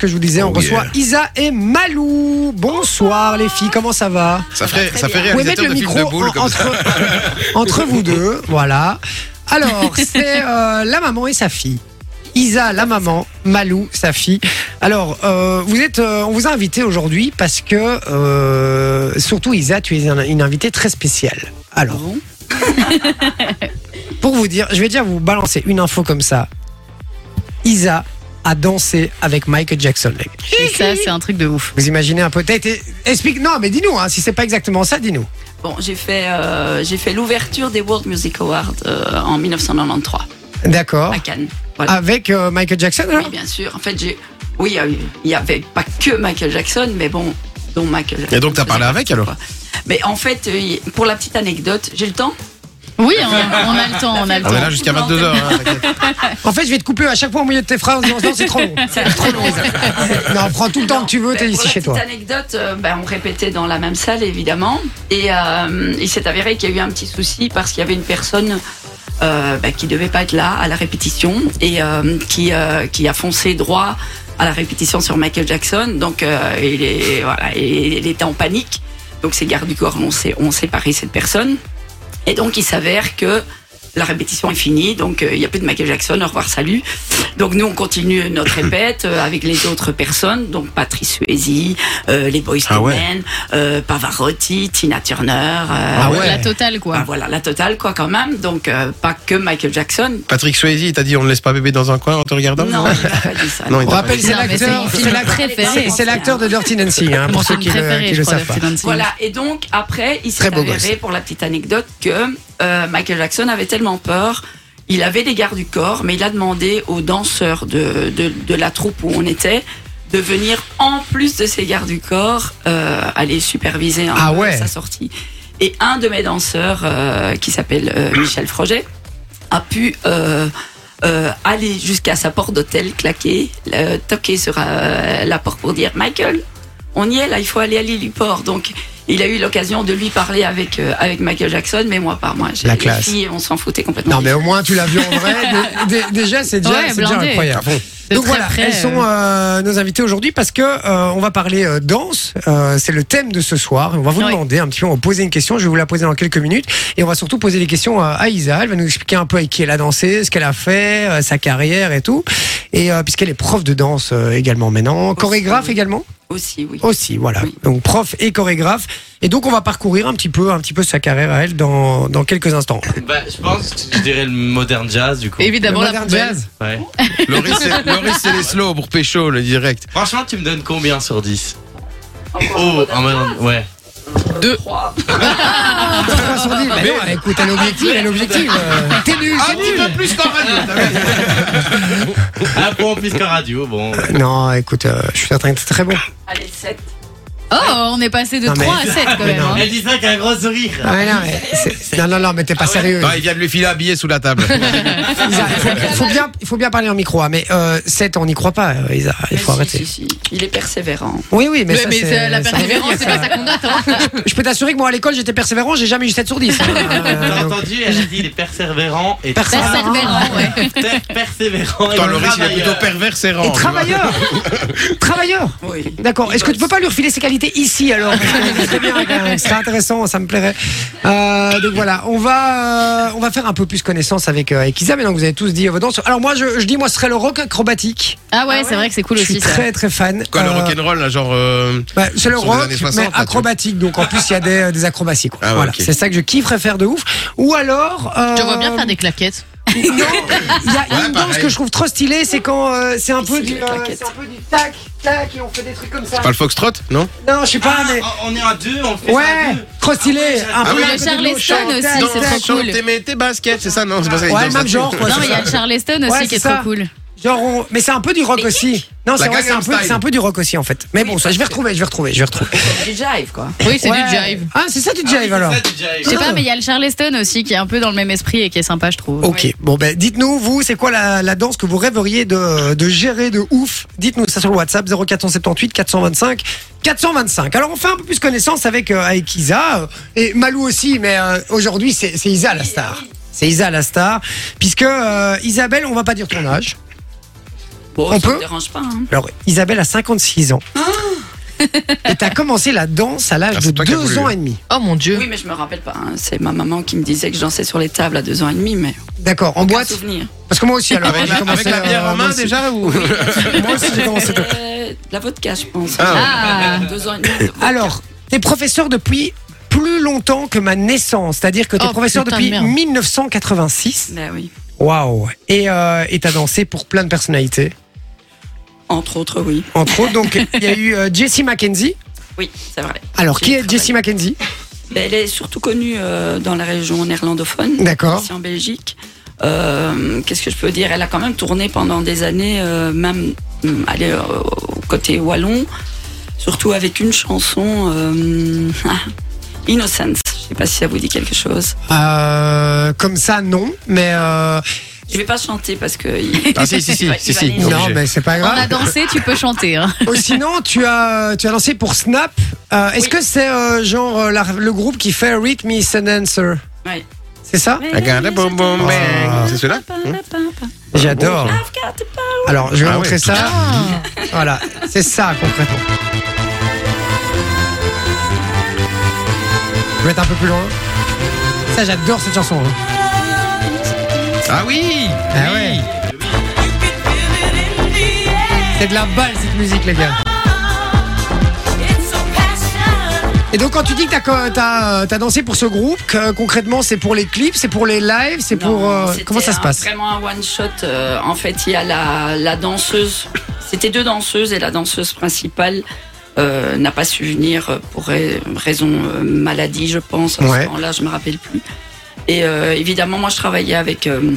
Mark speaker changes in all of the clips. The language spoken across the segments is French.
Speaker 1: que je vous disais, on
Speaker 2: Oh yeah.
Speaker 1: reçoit Isa et Malou. Bonsoir les filles, comment ça va
Speaker 2: Ça ferait,
Speaker 3: très
Speaker 2: ça ferait
Speaker 3: bien.
Speaker 1: Vous pouvez mettre
Speaker 2: réalisateur
Speaker 1: le
Speaker 2: de film
Speaker 1: micro
Speaker 2: de boule
Speaker 1: en-
Speaker 2: comme ça.
Speaker 1: entre, entre vous deux, voilà. Alors, c'est euh, la maman et sa fille. Isa, la maman, Malou, sa fille. Alors, euh, vous êtes, euh, on vous a invité aujourd'hui parce que, euh, surtout Isa, tu es un- une invitée très spéciale. Alors, pour vous dire, je vais dire vous balancer une info comme ça. Isa a dansé avec Michael Jackson. les gars.
Speaker 3: Et ça, c'est un truc de ouf.
Speaker 1: Vous imaginez un peu T'as été- Explique. Non, mais dis-nous. hein, si c'est pas exactement ça, dis-nous.
Speaker 4: Bon, j'ai fait, euh, j'ai fait l'ouverture des World Music Awards euh, en 1993
Speaker 1: D'accord.
Speaker 4: à Cannes. Voilà.
Speaker 1: Avec euh, Michael Jackson.
Speaker 2: Ah
Speaker 1: alors
Speaker 4: Oui, bien sûr. En fait, j'ai. Oui, euh, il y avait pas que Michael Jackson, mais bon, dont Michael Jackson.
Speaker 2: Et donc, t'as parlé avec alors
Speaker 4: quoi. Mais en fait, euh, pour la petite anecdote, j'ai le temps.
Speaker 3: Oui, on, on a le temps, on a le
Speaker 1: Ah,
Speaker 2: On est
Speaker 3: temps.
Speaker 2: là jusqu'à 22h.
Speaker 1: En fait, je vais te couper à chaque fois au milieu de tes phrases. en disant, Non, c'est trop long.
Speaker 4: C'est trop long.
Speaker 1: Non, prends tout le temps que tu veux. T'es
Speaker 4: Ben, pour
Speaker 1: ici
Speaker 4: la
Speaker 1: chez
Speaker 4: petite
Speaker 1: toi.
Speaker 4: anecdote, euh, ben, on répétait dans la même salle évidemment, et euh, il s'est avéré qu'il y a eu un petit souci parce qu'il y avait une personne euh, ben, qui devait pas être là à la répétition et euh, qui euh, qui a foncé droit à la répétition sur Michael Jackson, donc euh, il est voilà, il, il était en panique. Donc ses gardes du corps ont, sé- ont séparé cette personne, et donc il s'avère que la répétition est finie, donc euh, il n'y a plus de Michael Jackson, au revoir, salut. Donc nous, on continue notre répète euh, avec les autres personnes, donc Patrice Suezy, euh, les Boys
Speaker 2: Ah
Speaker 4: to
Speaker 2: ouais.
Speaker 4: Men, euh, Pavarotti, Tina Turner. euh,
Speaker 1: Ah ouais.
Speaker 3: La totale,
Speaker 4: bah
Speaker 3: quoi.
Speaker 4: voilà, la totale, quoi, quand même. Donc euh, pas que Michael Jackson.
Speaker 2: Patrick Swayze, il t'a dit on ne laisse pas bébé dans un coin en te regardant
Speaker 4: Non, il n'a pas dit ça.
Speaker 2: Non,
Speaker 4: non.
Speaker 2: il
Speaker 1: On
Speaker 2: t'a pas
Speaker 1: rappelle,
Speaker 2: dit.
Speaker 1: c'est
Speaker 3: Non, mais c'est
Speaker 1: l'acteur.
Speaker 3: mon film
Speaker 1: c'est l'ac-
Speaker 3: préféré.
Speaker 1: C'est l'acteur de Dirty Nancy. hein,
Speaker 3: Mon
Speaker 1: pour ceux
Speaker 3: film
Speaker 1: qui le,
Speaker 3: préféré,
Speaker 1: qui
Speaker 3: je
Speaker 1: le
Speaker 3: crois,
Speaker 1: savent pas.
Speaker 3: Dirty Dancing.
Speaker 4: Voilà, et donc après, il
Speaker 1: Très
Speaker 4: s'est
Speaker 1: beau
Speaker 4: avéré, pour la petite anecdote, que euh, Michael Jackson avait tellement peur, il avait des gardes du corps, mais il a demandé aux danseurs de, de, de la troupe où on était de venir, en plus de ses gardes du corps, euh, aller superviser un
Speaker 1: Ah
Speaker 4: peu
Speaker 1: ouais.
Speaker 4: sa sortie. Et un de mes danseurs, euh, qui s'appelle euh, Michel Froget, a pu... euh, euh, aller jusqu'à sa porte d'hôtel, claquer, euh, toquer sur euh, la porte pour dire Michael, on y est là, il faut aller à l'héliport. Donc il a eu l'occasion de lui parler avec, euh, avec Michael Jackson, mais moi par moi. J'ai-
Speaker 1: La
Speaker 4: les
Speaker 1: classe.
Speaker 4: filles, on s'en foutait complètement.
Speaker 1: Non, mais au moins tu l'as vu en vrai. Dé- dé- Déjà, c'est déjà,
Speaker 3: Ouais,
Speaker 1: c'est déjà
Speaker 3: blindé.
Speaker 1: incroyable.
Speaker 3: De
Speaker 1: Donc
Speaker 3: très
Speaker 1: voilà,
Speaker 3: près,
Speaker 1: elles sont euh, nos invités aujourd'hui parce que euh, on va parler euh, danse. Euh, c'est le thème de ce soir. On va vous
Speaker 3: Oui.
Speaker 1: demander un petit peu, on va poser une question. Je vais vous la poser dans quelques minutes et on va surtout poser des questions à, à Isa. Elle va nous expliquer un peu avec qui elle a dansé, ce qu'elle a fait, euh, sa carrière et tout. Et euh, puisqu'elle est prof de danse euh, également maintenant, chorégraphe
Speaker 4: oui.
Speaker 1: également
Speaker 4: Aussi, oui.
Speaker 1: aussi. Voilà.
Speaker 4: Oui.
Speaker 1: Donc prof et chorégraphe. Et donc on va parcourir un petit peu, un petit peu sa carrière à elle dans dans quelques instants.
Speaker 5: Bah, je pense, que je dirais le modern jazz du coup.
Speaker 3: Évidemment,
Speaker 1: Le
Speaker 3: la
Speaker 1: modern
Speaker 3: poubelle.
Speaker 1: jazz.
Speaker 5: Ouais.
Speaker 2: Laurie, c'est- Laurie, c'est les slow pour pécho, le direct.
Speaker 5: Franchement, tu me donnes combien sur 10 Oh, un modern ouais.
Speaker 1: Trois sur dix. Bah non, écoute, elle est objective, elle est objective. Euh, T'es nul, t'es nul.
Speaker 2: plus qu'en radio.
Speaker 5: Un point en plus qu'en radio, bon.
Speaker 1: Non, écoute, euh, je suis certain que c'est très bon.
Speaker 4: Allez, 7.
Speaker 3: Oh, on est passé de
Speaker 1: Non, mais-
Speaker 3: 3 à 7 quand même.
Speaker 1: non.
Speaker 3: hein.
Speaker 5: Elle dit ça avec un gros sourire.
Speaker 1: Ah ouais, non, mais c'est- non, non, non, mais t'es pas sérieux.
Speaker 2: il vient de lui filer un billet sous la table.
Speaker 1: Isa, il faut, il faut bien, il faut bien parler en micro, hein, mais euh, 7, on n'y croit pas, euh, Isa. Il faut arrêter.
Speaker 4: Il est persévérant.
Speaker 1: Oui, oui, mais,
Speaker 3: Ouais,
Speaker 1: ça,
Speaker 3: mais
Speaker 1: c'est-
Speaker 3: c'est la
Speaker 1: ça-
Speaker 3: persévérance, c'est pas ça qu'on hein. attend.
Speaker 1: Je peux t'assurer que moi, à l'école, j'étais persévérant, j'ai jamais eu 7 sur 10. hein.
Speaker 5: T'as
Speaker 1: Euh, donc,
Speaker 5: entendu Elle a dit il est persévérant et
Speaker 1: Persévérant.
Speaker 3: Persévérant, ouais.
Speaker 5: tra- persévérant. et
Speaker 2: Attends, Laurie, il est
Speaker 5: travailleur.
Speaker 2: plutôt
Speaker 1: euh,
Speaker 2: pervers errant.
Speaker 1: Et
Speaker 2: tu vois.
Speaker 1: travailleur Travailleur
Speaker 4: Oui.
Speaker 1: D'accord. Est-ce que tu peux pas lui refiler ses qualités ici alors Très bien, euh, ce serait intéressant, ça me plairait. Euh, donc voilà, on va euh, on va faire un peu plus connaissance avec, euh, avec Isa. Maintenant que vous avez tous dit vos danses. Alors moi, je, je dis moi, ce serait le rock acrobatique.
Speaker 3: Ah ouais, c'est vrai que c'est cool
Speaker 1: Je suis
Speaker 3: aussi ça.
Speaker 1: très très fan.
Speaker 2: Quoi, le
Speaker 1: Euh,
Speaker 2: rock'n'roll, là, genre. euh,
Speaker 1: Ouais, c'est le
Speaker 2: Sur les
Speaker 1: rock,
Speaker 2: années 60,
Speaker 1: mais
Speaker 2: là, tu vois.
Speaker 1: acrobatique. Donc en plus, il y a des, des acrobaties. Quoi.
Speaker 2: Ah ouais,
Speaker 1: voilà,
Speaker 2: ok.
Speaker 1: c'est ça que je kifferais faire de ouf. Ou alors, euh,
Speaker 3: Je te vois bien faire des claquettes.
Speaker 1: Non, il y a
Speaker 2: Ouais,
Speaker 1: une danse
Speaker 2: pareil.
Speaker 1: que je trouve trop stylée, c'est quand euh, c'est un peu
Speaker 4: Ici,
Speaker 1: du,
Speaker 4: les
Speaker 1: euh,
Speaker 4: claquettes.
Speaker 1: c'est un peu du tac, tac, et on fait des trucs comme ça.
Speaker 2: Pas le foxtrot, non
Speaker 1: Non, je sais pas,
Speaker 5: Ah,
Speaker 1: mais
Speaker 5: on on est à deux, on fait ça à
Speaker 1: ouais,
Speaker 5: deux.
Speaker 1: trop stylé.
Speaker 5: Ah
Speaker 1: Un peu
Speaker 2: oui,
Speaker 1: là,
Speaker 3: le
Speaker 1: à côté de l'autre,
Speaker 3: Charleston
Speaker 1: tac,
Speaker 3: aussi,
Speaker 1: tac,
Speaker 3: c'est
Speaker 1: tac.
Speaker 3: trop cool.
Speaker 2: chante, mets tes baskets, c'est ça Non, c'est pas ça.
Speaker 1: Ouais,
Speaker 2: ils dansent
Speaker 1: le même
Speaker 2: là-dessus.
Speaker 1: genre. Quoi,
Speaker 3: Non,
Speaker 1: c'est
Speaker 3: mais il y a le
Speaker 1: ça.
Speaker 3: Charleston
Speaker 1: Ouais,
Speaker 3: aussi qui
Speaker 1: c'est
Speaker 3: est
Speaker 1: ça.
Speaker 3: trop cool.
Speaker 1: Genre, on- mais c'est un peu du rock aussi. Non, c'est vrai, c'est un
Speaker 2: Gangnam
Speaker 1: peu,
Speaker 2: Style.
Speaker 1: c'est un peu du rock aussi en fait. Mais bon, ça, je vais retrouver, je vais retrouver, je vais retrouver.
Speaker 4: Du jive, quoi.
Speaker 3: Oui, c'est du
Speaker 1: Ouais.
Speaker 3: jive.
Speaker 1: Ah, c'est ça du
Speaker 5: Ah oui,
Speaker 1: jive
Speaker 5: c'est
Speaker 1: alors.
Speaker 5: ça, du jive.
Speaker 3: Je sais pas, mais il y a le Charleston aussi qui est un peu dans le même esprit et qui est sympa, je trouve.
Speaker 1: Ok,
Speaker 3: Oui.
Speaker 1: bon ben dites-nous, vous, c'est quoi la, la danse que vous rêveriez de, de gérer de ouf Dites-nous ça sur le WhatsApp 0478 425 425. Alors on fait un peu plus connaissance avec, euh, avec Isa euh, et Malou aussi, mais euh, aujourd'hui c'est c'est Isa la star. C'est Isa la star, puisque euh, Isabelle, on va pas dire ton âge.
Speaker 4: Bon,
Speaker 1: On
Speaker 4: ça
Speaker 1: peut
Speaker 4: me dérange pas. hein.
Speaker 1: Alors, Isabelle a 56 ans.
Speaker 4: Ah
Speaker 1: et t'as commencé la danse à l'âge
Speaker 2: Ah,
Speaker 1: de
Speaker 2: c'est toi qui as
Speaker 1: 2
Speaker 2: voulu.
Speaker 1: ans et demi.
Speaker 3: Oh mon dieu.
Speaker 4: Oui, mais je me rappelle pas. hein. C'est ma maman qui me disait que je dansais sur les tables à deux ans et demi, mais
Speaker 1: D'accord, en
Speaker 4: aucun
Speaker 1: boîte
Speaker 4: souvenir.
Speaker 1: Parce que moi aussi, alors.
Speaker 2: Avec
Speaker 1: j'ai
Speaker 2: la,
Speaker 1: commencé,
Speaker 2: avec la bière
Speaker 1: euh,
Speaker 2: en main
Speaker 1: moi aussi.
Speaker 2: déjà ou
Speaker 1: Moi aussi, j'ai commencé tôt.
Speaker 4: Euh, de la vodka, je pense.
Speaker 3: Ah.
Speaker 4: Deux ans et demi. de vodka.
Speaker 1: Alors, t'es professeur depuis plus longtemps que ma naissance. C'est-à-dire que t'es
Speaker 3: Oh,
Speaker 1: professeur
Speaker 3: putain de
Speaker 1: depuis
Speaker 3: merde.
Speaker 1: 1986.
Speaker 4: Ben oui.
Speaker 1: Waouh Et euh, et t'as dansé pour plein de personnalités.
Speaker 4: Entre autres, oui.
Speaker 1: Entre autres, donc, il y a eu euh, Jessie McKenzie.
Speaker 4: Oui, c'est vrai.
Speaker 1: Alors,
Speaker 4: J'ai
Speaker 1: qui est
Speaker 4: travaillé.
Speaker 1: Jessie McKenzie
Speaker 4: Ben, Elle est surtout connue euh, dans la région néerlandophone.
Speaker 1: D'accord.
Speaker 4: Ici en Belgique. Euh, Qu'est-ce que je peux dire Elle a quand même tourné pendant des années, euh, même hum, elle est, euh, au côté wallon, surtout avec une chanson euh, Innocence. Je sais pas si ça vous dit quelque chose.
Speaker 1: Euh, Comme ça, non, mais. euh,
Speaker 4: Je vais pas chanter parce que. il-
Speaker 2: Ah si si si
Speaker 4: il va-
Speaker 2: si
Speaker 4: il va
Speaker 2: si.
Speaker 4: les-
Speaker 2: Obligé.
Speaker 1: Non, mais c'est pas
Speaker 3: On a
Speaker 1: grave.
Speaker 3: dansé, tu peux chanter. hein.
Speaker 1: Oh, sinon, tu as, tu as lancé pour Snap. Euh, Est-ce
Speaker 4: Oui.
Speaker 1: que c'est euh, genre euh, la- le groupe qui fait Read Me It's an Answer
Speaker 4: Ouais.
Speaker 1: C'est ça
Speaker 2: Regarde, boum,
Speaker 1: Ah.
Speaker 2: boum, bang. C'est celui-là
Speaker 1: J'adore.
Speaker 3: Ah,
Speaker 1: Alors, je vais
Speaker 2: Ah
Speaker 1: montrer
Speaker 2: ouais.
Speaker 1: ça. Voilà, c'est ça concrètement. Je vais être un peu plus loin. Ça, j'adore cette chanson. hein.
Speaker 2: Ah oui.
Speaker 1: Ah ouais. C'est de la balle cette musique, les gars. Et donc, quand tu dis que t'as co- t'as euh, t'as dansé pour ce groupe, que, euh, concrètement, c'est pour les clips, c'est pour les lives, c'est
Speaker 4: Non,
Speaker 1: pour. euh,
Speaker 4: c'était
Speaker 1: comment ça se
Speaker 4: un-
Speaker 1: passe
Speaker 4: Vraiment un one shot. euh, en fait, il y a la, la danseuse. C'était deux danseuses et la danseuse principale euh, n'a pas su venir euh, pour rai- raison euh, maladie, je pense. À
Speaker 1: Ouais.
Speaker 4: ce moment-là, je me rappelle plus. Et euh, évidemment, moi, je travaillais avec. euh,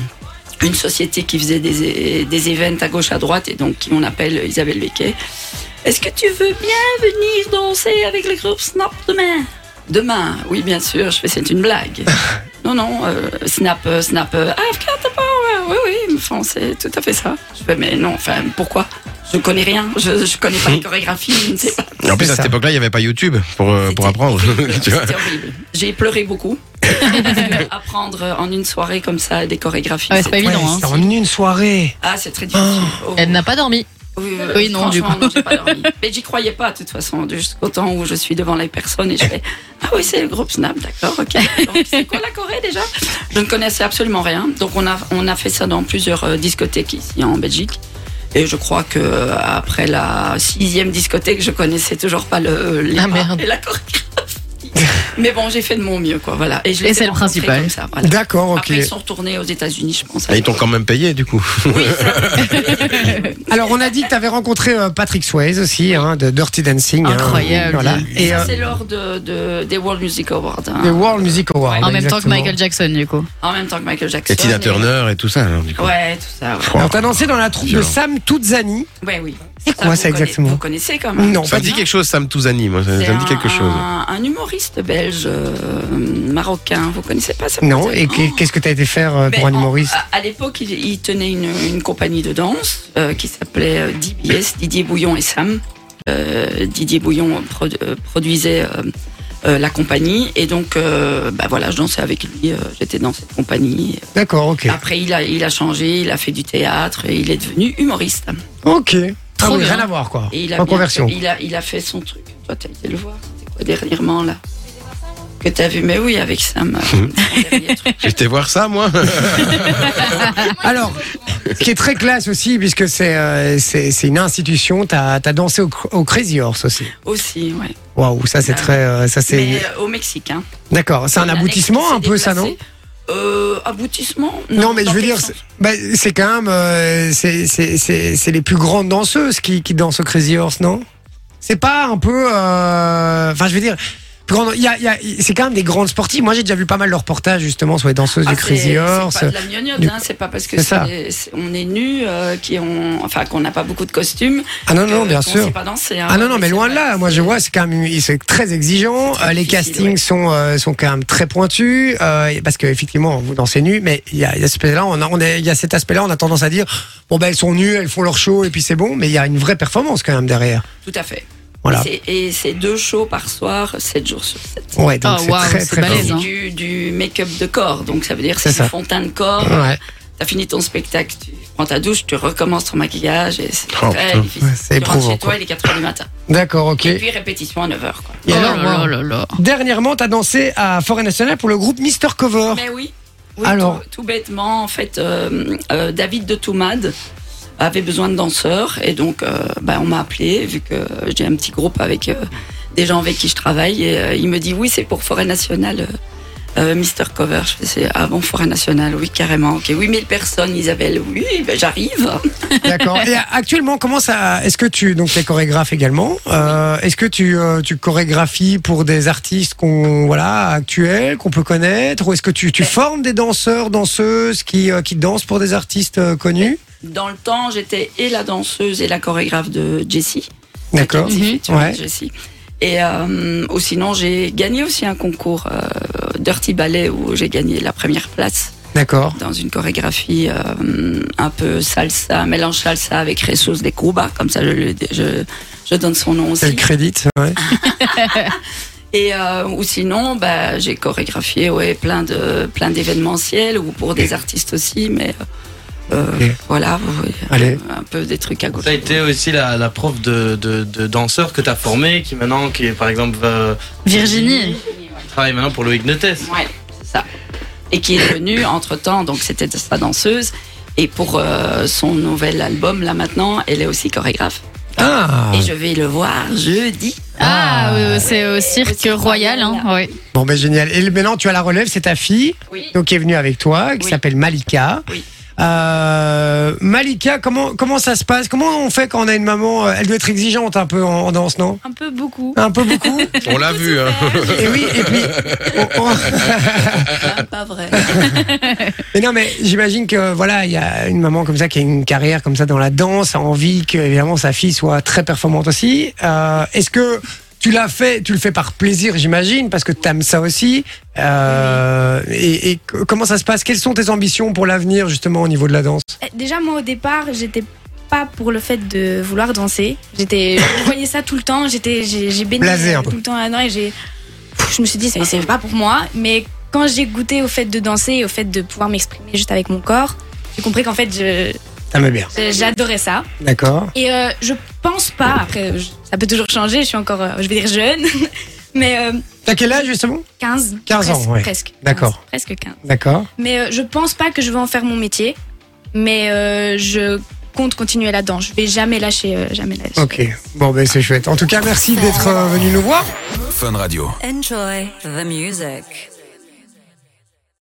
Speaker 4: une société qui faisait des, des events à gauche à droite et donc qui on appelle Isabelle Becquet. Est-ce que tu veux bien venir danser avec le groupe Snap demain Demain, oui bien sûr, je fais c'est une blague. non non, euh, Snap, euh, Snap, euh, I've got the power, Euh, oui oui, enfin, c'est tout à fait ça. Je fais mais non, enfin pourquoi Je connais rien, je, je connais pas les chorégraphies, je ne sais pas.
Speaker 2: Et En plus
Speaker 1: C'est
Speaker 2: à
Speaker 1: ça.
Speaker 2: cette époque-là, il y avait pas YouTube pour euh, pour
Speaker 4: C'était
Speaker 2: apprendre.
Speaker 4: horrible,
Speaker 2: Tu vois.
Speaker 4: C'était horrible. J'ai pleuré beaucoup. Apprendre euh, en une soirée comme ça des chorégraphies.
Speaker 3: Ouais, c'est pas
Speaker 4: c'est-
Speaker 3: évident. hein.
Speaker 1: c'est en une soirée.
Speaker 4: Ah, c'est très difficile. Oh.
Speaker 3: Elle n'a pas dormi.
Speaker 4: Oui, euh,
Speaker 3: Oui, non, du
Speaker 4: franchement,
Speaker 3: coup.
Speaker 4: non, j'ai pas dormi. Mais j'y croyais pas, de toute façon, jusqu'au temps où je suis devant les personnes et je fais Ah oui, c'est le groupe Snap, d'accord, ok. Donc, c'est quoi la Corée déjà Je ne connaissais absolument rien. Donc, on a, on a fait ça dans plusieurs euh, discothèques ici en Belgique. Et je crois que euh, après la sixième discothèque, je connaissais toujours pas le, euh, les
Speaker 3: Ah,
Speaker 4: pas
Speaker 3: merde.
Speaker 4: et la chorégraphie. Mais bon, j'ai fait de mon mieux, quoi. Voilà. Et, je les
Speaker 3: Et
Speaker 4: ai
Speaker 3: c'est le
Speaker 4: rencontrés
Speaker 3: principal.
Speaker 4: comme ça, voilà.
Speaker 1: D'accord, ok.
Speaker 4: Après, ils sont retournés aux États-Unis, je pense.
Speaker 2: Et Ah, ils t'ont quand même payé du coup.
Speaker 4: Oui, ça-
Speaker 1: Alors, on a dit que tu avais rencontré euh, Patrick Swayze aussi, hein, de Dirty Dancing. hein.
Speaker 3: Incroyable.
Speaker 1: voilà. Et
Speaker 4: Ça,
Speaker 1: euh,
Speaker 4: c'est lors de, de- des World Music Awards. hein.
Speaker 1: The World Music Award.
Speaker 3: En même temps que
Speaker 1: exactement.
Speaker 3: Michael Jackson, du coup.
Speaker 4: En même temps que Michael Jackson.
Speaker 2: Et Tina Turner et tout ça alors du coup.
Speaker 4: Ouais, tout ça. Ouais,
Speaker 1: Alors, t'as dansé dans la troupe de
Speaker 2: Violent.
Speaker 1: Sam Toutzani.
Speaker 4: Ouais, oui.
Speaker 1: C'est quoi ça
Speaker 4: vous conna-
Speaker 1: exactement
Speaker 4: Vous connaissez quand même
Speaker 1: Non,
Speaker 2: Ça
Speaker 1: pas
Speaker 2: me dit
Speaker 1: dit.
Speaker 2: quelque chose, Sam Touzani, moi, ça,
Speaker 4: C'est
Speaker 2: ça me dit
Speaker 4: un-
Speaker 2: quelque chose.
Speaker 4: Un, un humoriste belge, euh, marocain, vous connaissez pas ça
Speaker 1: Non,
Speaker 4: peut-être
Speaker 1: et que- qu'est-ce que t'as été faire euh,
Speaker 4: Ben,
Speaker 1: pour un
Speaker 4: en-
Speaker 1: humoriste
Speaker 4: à- À l'époque, il, il tenait une, une compagnie de danse euh, qui s'appelait euh, DBS, Didier Bouillon et Sam. Euh, Didier Bouillon produ- euh, produisait euh, euh, la compagnie et donc, euh, bah voilà, je dansais avec lui. euh, J'étais dans cette compagnie.
Speaker 1: D'accord, ok.
Speaker 4: Après, il a, il a changé, il a fait du théâtre et il est devenu humoriste.
Speaker 1: Ok. Ah
Speaker 3: Trop
Speaker 1: oui,
Speaker 3: bien.
Speaker 1: rien à voir quoi.
Speaker 4: Et il a
Speaker 1: En
Speaker 4: bien
Speaker 1: conversion.
Speaker 4: fait- il, a, il a fait son truc. Toi, t'as été le voir. C'était quoi dernièrement, là Que t'as vu Mais oui, avec Sam. euh,
Speaker 1: Hum.
Speaker 4: son dernier truc.
Speaker 2: J'étais voir ça, moi.
Speaker 1: Alors, ce qui est très classe aussi, puisque c'est euh, c'est c'est une institution, t'as as dansé au, cr- au Crazy Horse aussi.
Speaker 4: Aussi, ouais.
Speaker 1: Waouh, ça c'est
Speaker 4: Ah.
Speaker 1: très. euh, ça
Speaker 4: Mais
Speaker 1: c'est.
Speaker 4: euh, au Mexique, hein.
Speaker 1: D'accord, c'est un
Speaker 4: La
Speaker 1: aboutissement
Speaker 4: Mexique
Speaker 1: un
Speaker 4: s'est
Speaker 1: peu ça, non
Speaker 4: déplacée. euh, aboutissement
Speaker 1: Non, mais je
Speaker 4: dans
Speaker 1: veux
Speaker 4: quel
Speaker 1: dire,
Speaker 4: sens Ah,
Speaker 1: c'est bah, c'est quand même. euh, c'est- c'est c'est- c'est les plus grandes danseuses qui, qui dansent au Crazy Horse, non C'est pas un peu. euh, Enfin, je veux dire. plus grande- il y a- il y a- C'est quand même des grandes sportives. Moi, j'ai déjà vu pas mal de reportages justement sur les danseuses
Speaker 4: Ah,
Speaker 1: du Crazy
Speaker 4: c'est-
Speaker 1: Horse.
Speaker 4: C'est pas de la gnognotte,
Speaker 1: du-
Speaker 4: hein, c'est pas parce que
Speaker 1: C'est ça.
Speaker 4: c'est- c'est- on est nu, euh, qui ont, enfin qu'on n'a pas beaucoup de costumes.
Speaker 1: Ah non, non,
Speaker 4: que-
Speaker 1: bien
Speaker 4: qu'on
Speaker 1: sûr.
Speaker 4: sait pas danser, hein.
Speaker 1: Ah non, non, mais
Speaker 4: c'est
Speaker 1: loin de
Speaker 4: vrai,
Speaker 1: là. Moi, je
Speaker 4: c'est-
Speaker 1: vois, c'est quand même, c'est très exigeant.
Speaker 4: C'est très
Speaker 1: Euh, les
Speaker 4: difficile,
Speaker 1: castings
Speaker 4: ouais.
Speaker 1: sont, euh, sont quand même très pointus. euh, parce qu'effectivement, vous dansez nu, mais il y a, il y a cet aspect-là, on a, on est- il y a cet aspect-là, on a tendance à dire, bon, ben, elles sont nues, elles font leur show, et puis c'est bon, mais il y a une vraie performance quand même derrière.
Speaker 4: Tout à fait.
Speaker 1: Voilà.
Speaker 4: Et c'est- Et c'est deux shows par soir, 7 jours sur 7.
Speaker 1: Ouais, donc
Speaker 3: Oh,
Speaker 1: c'est
Speaker 3: waouh,
Speaker 1: très,
Speaker 3: c'est
Speaker 1: très
Speaker 3: balèze,
Speaker 1: fort.
Speaker 3: hein.
Speaker 4: du, du make-up de corps, donc ça veut dire
Speaker 1: C'est
Speaker 4: c'est
Speaker 1: ça.
Speaker 4: du fond de teint de corps.
Speaker 1: Ouais.
Speaker 4: T'as fini ton spectacle, tu prends ta douche, tu recommences ton maquillage et c'est
Speaker 2: Oh,
Speaker 4: très
Speaker 2: putain.
Speaker 4: difficile.
Speaker 1: Ouais, c'est
Speaker 4: Tu rentres
Speaker 1: éprouvant,
Speaker 4: chez toi,
Speaker 1: quoi.
Speaker 4: il est 4h du matin.
Speaker 1: D'accord, ok.
Speaker 4: Et puis répétition à 9h.
Speaker 1: Et
Speaker 3: Oh
Speaker 1: alors,
Speaker 3: là
Speaker 1: moi,
Speaker 3: là là là.
Speaker 1: dernièrement, t'as dansé à Forêt Nationale pour le groupe Mister Cover.
Speaker 4: Mais Ben oui. oui,
Speaker 1: Alors.
Speaker 4: Tout, tout bêtement, en fait, euh, euh, David de Toumade avait besoin de danseurs et donc euh, bah, on m'a appelé vu que j'ai un petit groupe avec euh, des gens avec qui je travaille et euh, il me dit oui c'est pour Forêt Nationale. euh, euh, Mister Cover, je fais c'est ah bon Forêt Nationale, oui carrément, ok, 8000 personnes Isabelle, oui ben, j'arrive.
Speaker 1: D'accord. Et actuellement, comment ça Est-ce que tu donc t'es chorégraphe également Euh, Est-ce que tu euh, tu chorégraphies pour des artistes qu'on voilà actuels qu'on peut connaître ou est-ce que tu tu formes des danseurs danseuses qui euh, qui dansent pour des artistes euh, connus
Speaker 4: Dans le temps j'étais et la danseuse et la chorégraphe de Jessie.
Speaker 1: D'accord.
Speaker 4: Jessie,
Speaker 3: Mhm.
Speaker 4: tu vois,
Speaker 1: Ouais.
Speaker 4: Jessie. Et euh, ou sinon, j'ai gagné aussi un concours euh, Dirty Ballet où j'ai gagné la première place
Speaker 1: D'accord.
Speaker 4: dans une chorégraphie euh, un peu salsa, mélange salsa avec Jesus de Cuba, comme ça je, le- je, je donne son nom
Speaker 1: C'est le
Speaker 4: aussi.
Speaker 1: crédit. Ouais.
Speaker 4: Et euh, ou sinon, bah, j'ai chorégraphié ouais, plein de plein d'événementiels ou pour des artistes aussi, mais euh,
Speaker 1: Ok.
Speaker 4: voilà, vous voyez,
Speaker 1: Allez.
Speaker 4: un peu des trucs à gauche.
Speaker 5: Ça a été aussi la, la prof de, de, de danseur que t'as formé, qui maintenant, qui est par exemple, va-
Speaker 3: Virginie.
Speaker 5: travaille maintenant pour Loïc Notes.
Speaker 4: Ouais, c'est ça. Et qui est devenue, entre-temps, donc c'était sa danseuse. Et pour euh, son nouvel album, là maintenant, elle est aussi chorégraphe.
Speaker 1: Ah.
Speaker 4: Et je vais le voir jeudi.
Speaker 3: Ah, euh, c'est au cirque royal, hein. Ouais.
Speaker 1: Bon ben génial. Et maintenant tu as la relève, c'est ta fille
Speaker 4: Oui.
Speaker 1: donc qui est venue avec toi qui
Speaker 4: Oui.
Speaker 1: s'appelle Malika.
Speaker 4: Oui.
Speaker 1: Euh, Malika, comment comment ça se passe Comment on fait quand on a une maman euh, Elle doit être exigeante un peu en, en danse, non
Speaker 6: Un peu beaucoup.
Speaker 1: Un peu beaucoup.
Speaker 2: On l'a vu. hein.
Speaker 1: Et oui, et puis. oh, on- on-
Speaker 4: Ah, pas vrai.
Speaker 1: Mais non, mais j'imagine que voilà, il y a une maman comme ça qui a une carrière comme ça dans la danse, a envie que évidemment sa fille soit très performante aussi. Euh, Est-ce que tu l'as fait, tu le fais par plaisir, j'imagine, parce que t'aimes ça aussi. Euh, et, et c- comment ça se passe Quelles sont tes ambitions pour l'avenir justement au niveau de la danse
Speaker 6: Eh, Déjà, moi au départ, j'étais pas pour le fait de vouloir danser. J'étais, je voyais ça tout le temps. J'étais, j'ai j'ai baigné
Speaker 1: Blasé un peu.
Speaker 6: tout le temps là-dedans et j'ai, Pff, je me suis dit c'est- c'est pas pour moi. Mais quand j'ai goûté au fait de danser et au fait de pouvoir m'exprimer juste avec mon corps, j'ai compris qu'en fait je-
Speaker 1: T'aimes bien,
Speaker 6: je- j'adorais ça.
Speaker 1: d'accord
Speaker 6: Et euh, je pense pas. Après, je- ça peut toujours changer. Je suis encore, euh, je vais dire jeune, mais euh,
Speaker 1: T'as quel âge justement
Speaker 6: 15,
Speaker 1: 15 ans,
Speaker 6: presque,
Speaker 1: ouais.
Speaker 6: presque,
Speaker 1: D'accord.
Speaker 6: 15, presque 15.
Speaker 1: D'accord.
Speaker 6: Mais euh, je pense pas que je vais en faire mon métier. Mais euh, je compte continuer là-dedans. Je vais jamais lâcher, euh, jamais lâcher.
Speaker 1: Ok. Bon, ben c'est chouette. En tout cas, merci d'être euh, venu nous voir.
Speaker 7: Enjoy the music.